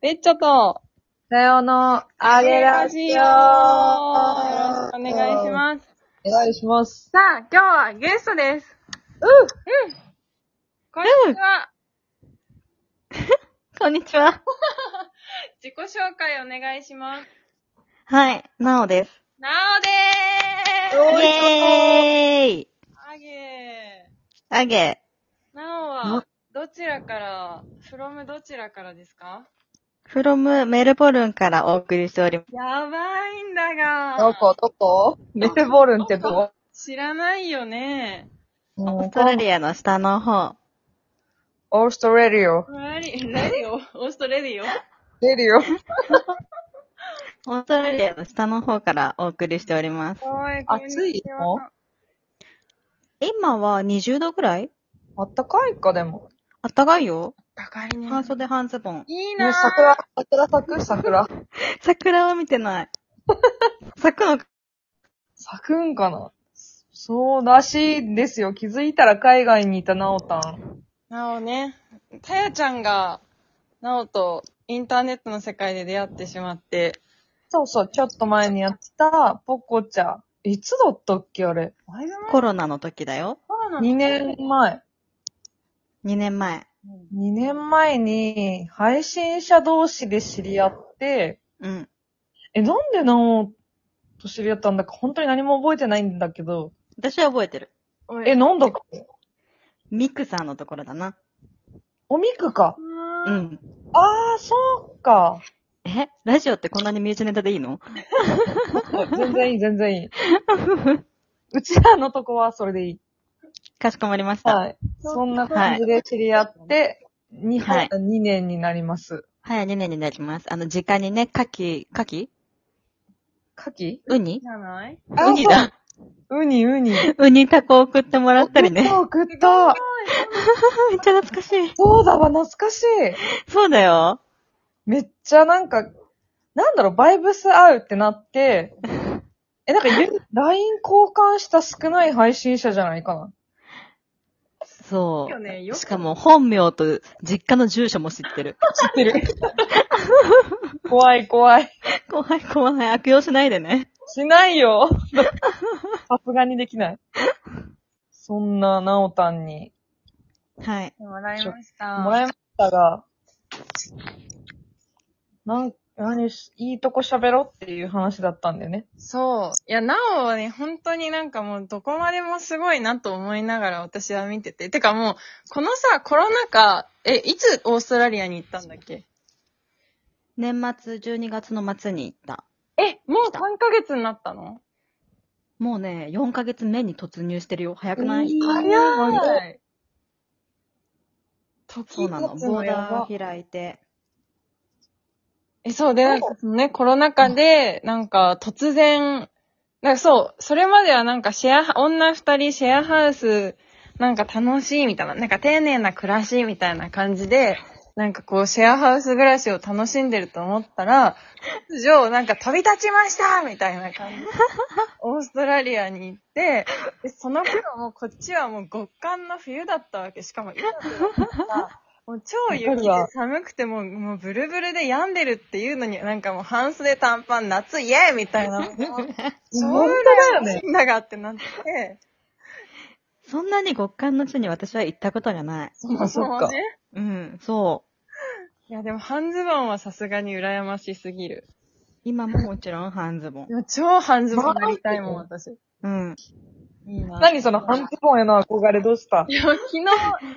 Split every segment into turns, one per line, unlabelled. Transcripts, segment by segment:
ベッチョと、
さようなら、あげラジオ
よろしくお願いし
す。
ます。
お願いします。
さあ、今日はゲストです。こんにちは。
こんにちは。
自己紹介お願いします。
はい、なおです。
なおで
ど
ーす
うぞ
イエーイ
あげ
あげ。
ー。なおは、どちらから、from どちらからですか
from メルボルンからお送りしておりま
やばいんだが。
どこどこメルボルンってど
知らないよね。
こ
す。オ
オ
ーストラリアの下の方。
オーストラリア。
レディ、レディオ、オーストレディオ。
出るよ。
オーストラリアの下の方からお送りしております。
おい
暑いの
今は20度ぐらい
あったかいか、でも。
あったかいよ。
高いね。
半袖半ズボン。
いいな
ね、
ー
桜、桜咲く桜。
桜は見て ない。咲くのか。
咲くんかなそうらしいんですよ。気づいたら海外にいたなおたん。
なおね、たやちゃんが、なおとインターネットの世界で出会ってしまって、
そうそう、ちょっと前にやってた、ポコチャ。いつだったっけ、あれ。
だいぶ前
コロナの時だよ。
コロナの
2年前。
2年前。
2年前に配信者同士で知り合って、
うん。
え、なんでなおと知り合ったんだか本当に何も覚えてないんだけど、
私は覚えてる。
え、なんだっけ
ミクさんのところだな。
おみくか。
う
うん。
ん。
あー、そうか。
えラジオってこんなに身内ネタでいいの
全然いい、全 然いい。うちらのとこはそれでいい。
かしこまりました。
はい。そんな感じで知り合って、2,
はい
2年になります。
はい、2年になります。あの、時間にね、牡蠣、牡蠣
カキ
ウニ
じゃない
ウニだ。
ウニ、ウニ。
ウニタコ送ってもらったりね。
そう、食った。
めっちゃ懐かしい。
そうだわ、懐かしい。
そうだよ。
めっちゃなんか、なんだろう、バイブス合うってな って、え、なんかゆ、LINE 交換した少ない配信者じゃないかな。
そ
よねよ
う。
く
しかも本名と実家の住所も知ってる。
知ってる 怖い怖い。
怖い怖い。悪用しないでね。
しない よ。さすがにできない。そんな、なおたんに
はい。
もらいました。
もらいましたが、なん、何し、いいとこ喋ろっていう話だったんだよね。
そう。いや、なおはね、本当になんかもうどこまでもすごいなと思いながら私は見てて。てかもう、このさ、コロナ禍、え、いつオーストラリアに行ったんだっけ
年末12月の末に行った。
え、もう3ヶ月になったの
もうね、4ヶ月目に突入してるよ。早くない、
早い。
い。
そうなの。
時々
ボー
やば
ダーを開いて。
え、そうで、なんかそのね、コロナ禍で、なんか突然、なんかそう、それまではなんかシェアハ、女二人シェアハウス、なんか楽しいみたいな、なんか丁寧な暮らしみたいな感じで、なんかこうシェアハウス暮らしを楽しんでると思ったら、突如、なんか飛び立ちましたみたいな感じで、オーストラリアに行って、でその頃もうこっちはもう極寒の冬だったわけ。しかも今となってはもう超雪で寒くてもう、もうブルブルで病んでるっていうのに、なんかもう半袖短パン夏イエーイみたいな。もう
本当だよね。
んだがってなって。
そんなに極寒の地に私は行ったことがない。
あそっか
ね
うん、そう。
いやでも半ズボンはさすがに羨ましすぎる。
今ももちろん半ズボン
い。や超半ズボンになりたいもん、
マ
私。い
うん。
いな。
何その半ズボンへの憧れどうした
いや、昨日、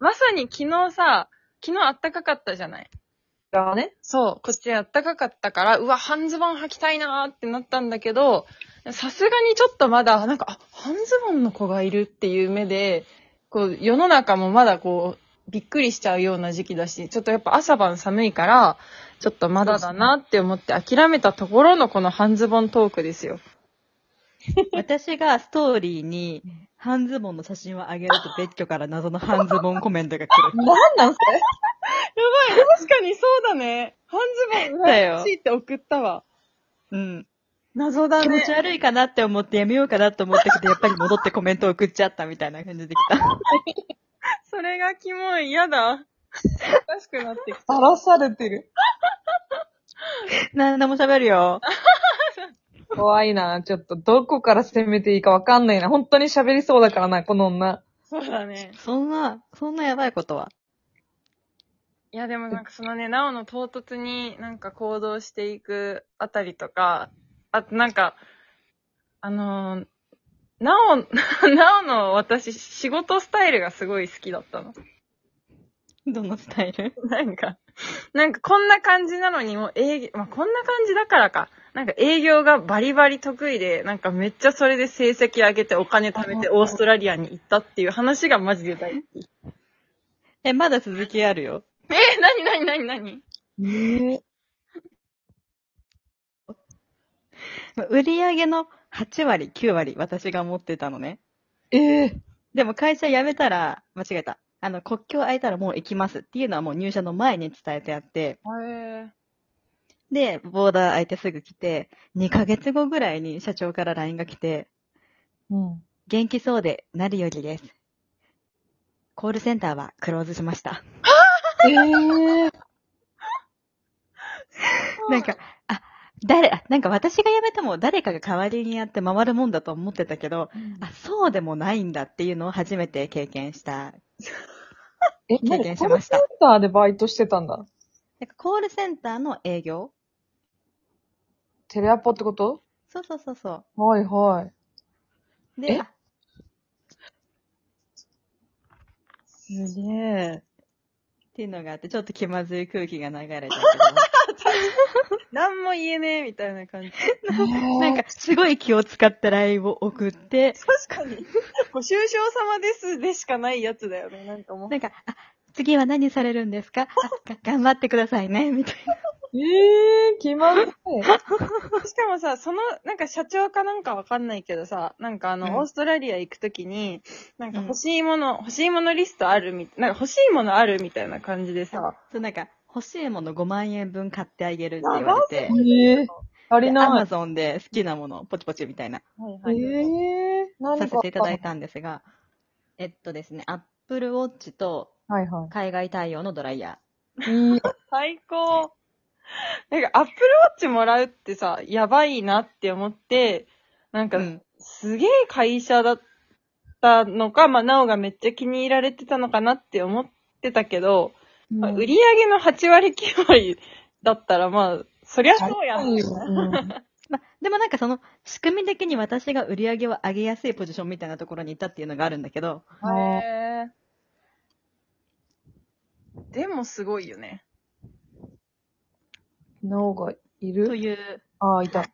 まさに昨日さ、昨日あったかかったじゃない
だね。
そう、こっちあったかかったから、うわ、半ズボン履きたいなーってなったんだけど、さすがにちょっとまだ、なんか、あ、半ズボンの子がいるっていう目で、こう、世の中もまだこう、びっくりしちゃうような時期だし、ちょっとやっぱ朝晩寒いから、ちょっとまだだなって思って諦めたところのこの半ズボントークですよ。
私がストーリーに、半ズボンの写真をあげると別居から謎の半ズボンコメントが来る。
なんなんそれ
確かにそうだね。半ズボン
羨まし
いって送ったわ。
うん。
謎だ
気持
ね
ち。悪いかなって思ってやめようかなと思ったけど、やっぱり戻ってコメントを送っちゃったみた いな感じで来た。
それがキモい。やだ。おかしくなってきた
さらされてる。
何でも喋るよ。
怖いな。ちょっと、どこから攻めていいかわかんないな。本当に喋りそうだからな、この女。
そうだね。
そんな、そんなやばいことは。
いや、でもなんかそのね、なおの唐突になんか行動していくあたりとか、あとなんか、あのーなお、 なおの私、仕事スタイルがすごい好きだったの。
どのスタイル
なんか、なんかこんな感じなのにもう営業、まあ、こんな感じだからか。なんか営業がバリバリ得意で、なんかめっちゃそれで成績上げてお金貯めてオーストラリアに行ったっていう話がマジで大好き。
え、まだ続きあるよ。
えー、なになになになに
ね
売り上げの8割、9割、私が持ってたのね。
え。ええ
でも会社辞めたら、間違えた。あの、国境空いたらもう行きますっていうのはもう入社の前に伝えてあって、
え
で、ボーダー空いてすぐ来て、2ヶ月後ぐらいに社長から LINE が来て、
うん。
元気そうでなるよりです。コールセンターはクローズしました。
ええ
なんか、あ、誰、あなんか私が辞めても誰かが代わりにやって回るもんだと思ってたけど、あ、そうでもないんだっていうのを初めて経験した。
え、
経
何
験
コ
し
ール
ま
セ
し
ン
た
ターでバイトしてたんだ。
なんかコールセンターの営業
テレアポってこと
そうそうそうそ
はいはい。
う。で、
え
あ
すげえ。
っていうのがあって、ちょっと気まずい空気が流れたけ
なんも言えねえみたいな感じ。
ど、 なんか、すごい気を使って LINE を送って、
確かに。 ご愁傷様ですでしかないやつだよね。なんかもう。
なんか、あ、次は何されるんですかあが頑張ってくださいね、みたいな。
ええ気ま ずい。
しかもさ、その、なんか社長かなんかわかんないけどさ、なんかあの、
うん
オーストラリア行くときに、なんか欲しいもの、欲しいものリストあるみ、なんか欲しいものあるみたいな感じでさ、
そう、なんか、欲しいもの5万円分買ってあげるって言われて、
ええ足り
アマ
な
ゾンで好きなもの、ポチポチみたいな、
はい
い。ええ何
させていただい
て。
たんですが、えっとですね、Apple Watch と
はいはい。
海外対応のドライヤ
いい
最高。なんか、アップルウォッチもらうってさ、やばいなって思って、なん
ー。
か、
うん。
すげえ会社だったのか、まあ、なおがめっちゃ気に入られてたのかなって思ってたけど、まあ売り上げの8割9割だったら、まあ、そりゃそうやん。
う
まあ、でもなんかその、仕組み的に私が売り上げを上げやすいポジションみたいなところにいたっていうのがあるんだけど、
ん
へーでもすごいよね。
脳がい
と
る
いう、
ああ、いた。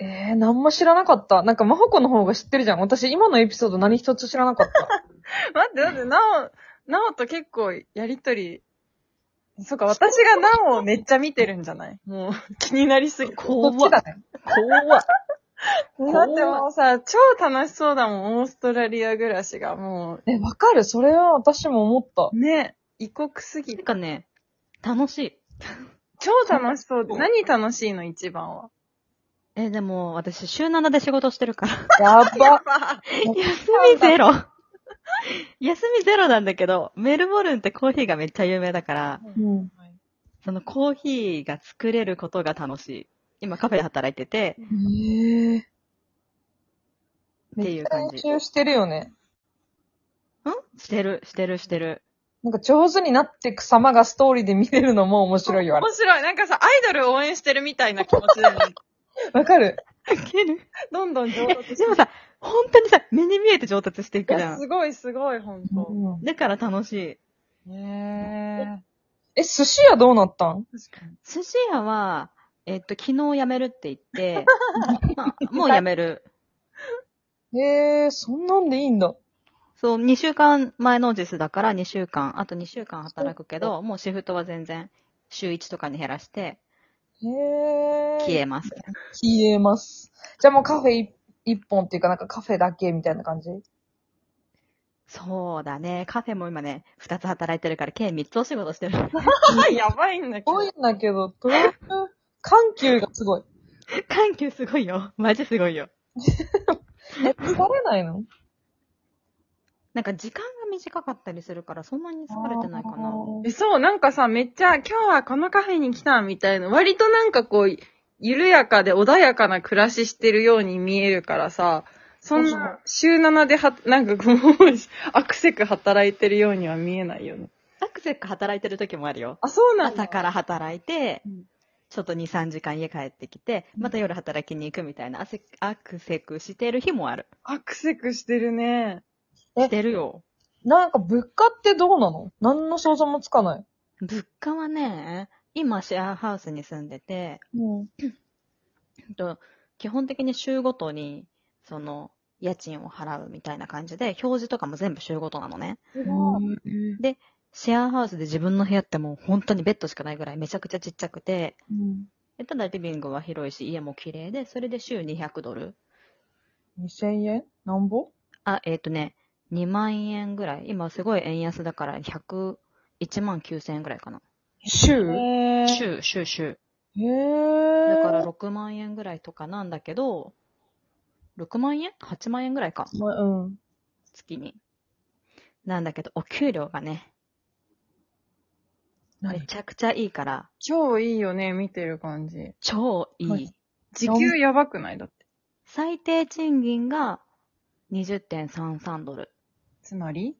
ええー、何も知らなかった。なんか、まほこの方が知ってるじゃん。私、今のエピソード何一つ知らなかった。
待って、だって、なお、なおと結構やりとり、 そっか、私がなおをめっちゃ見てるんじゃないもう、気になりすぎ。
こっちだね。
怖っ。
だ ってもうさ、超楽しそうだもん、オーストラリア暮らしが。も
え、わかるそれは私も思った
う、。ね、異国すぎ
なん
て。
かね、楽しい。
超楽しそう。何楽しいの、一番 は。
え、でも、私、週7で仕事してるから。
や ば。
休みゼロ 休みゼロなんだけど、メルボルンってコーヒーがめっちゃ有名だから、
うん。
そのコーヒーが作れることが楽しい。今カフェで働いてて、
ええー。
っていう感じ
めっちゃ練習してるよね。
んしてる、してる、してる。
なんか上手になってく様がストーリーで見れるのも面白いよ、あれ
面白い。なんかさ、アイドルを応援してるみたいな気持ちだよね。
わかる
どんどん上
え、
達して
でもさ、本当にさ、目に見えて上達していく
い
じ
や
ゃん。
すごいすごい、ほんと。
だから楽しい。
ね
え、寿司屋どうなったん
え。確かに。
寿司屋は、えっと、昨日辞めるって言って、まあ、もう辞める。
ええー、そんなんでいいんだ。
そう、2週間前の実だから2週間、あと2週間働くけど、もうシフトは全然、週1とかに減らして、
へえー。
消えます。
消えます。じゃあもうカフェい一本っていうかなんかカフェだけみたいな感じ
そうだね。カフェも今ね、2つ働いてるから、計3つお仕事してる。
あ、やばいんだけ
すご
ど。
いんだけど、とりあえず、緩急がすごい。
緩急すごいよ。マジすごいよ。
え、疲れないの
なんか時間が短かったりするから、そんなに疲れてないかな。
え、そう、なんかさ、めっちゃ、今日はこのカフェに来た、みたいな、割となんかこう、緩やかで穏やかな暮らししてるように見えるからさ、そん
そうそ
な、週7では、なんかこう、 アクセク働いてるようには見えないよね。
アクセック働いてる時もあるよ。
あ、そうなんだ。
朝から働いて
うん、
ちょっと2、3時間家帰ってきて、また夜働きに行くみたいな、アセアクセクしてる日もある。
アクセクしてるね。
え
してるよ。
なんか物価ってどうなの何の想像もつかない。
物価はね、今シェアハウスに住んでて、
うん。
えっと基本的に週ごとに、その、家賃を払うみたいな感じで、表示とかも全部週ごとなのね。
うん
シェアハウスで自分の部屋ってもう本当にベッドしかないぐらいめちゃくちゃちっちゃくて、でただリビングは広いし、家も綺麗で、それで週200ドル。
2000円なんぼ
あ、えっ、とね、2万円ぐらい。今すごい円安だから、100、1万9000円ぐらいかな。
週
えー、
週、週、週。
へ
だ
え。
から6万円ぐらいとかなんだけど、6万円 ?8 万円ぐらいか。
まあ、うん。
月に。なんだけど、お給料がね、め
何
ちゃくちゃいいから、
超いいよね、見てる感じ。
超い
はいい。
時給やばくないだって。
最低賃金が20.33ドル。
つまり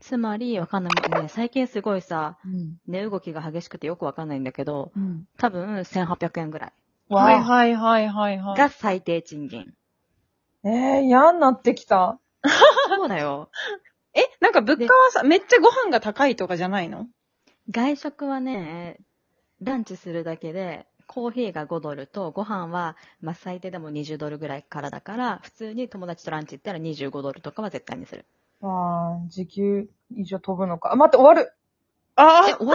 つまり、わかんない。もうね、最近すごいさ、
うん。
値動きが激しくてよくわかんないんだけど、
うん。
多分1800円ぐらい
わあ、
はいはいはいは
が最低賃金。
えー、嫌になってきた。
そうだよ。
え、なんか物価はさ、めっちゃご飯が高いとかじゃないの
外食はね、ランチするだけで、コーヒーが5ドルと、ご飯は、まあ、最低でも20ドルぐらいからだから、普通に友達とランチ行ったら25ドルとかは絶対にする。
ああ、時給以上飛ぶのか。あ、待って、終わる
ああ
え、終わる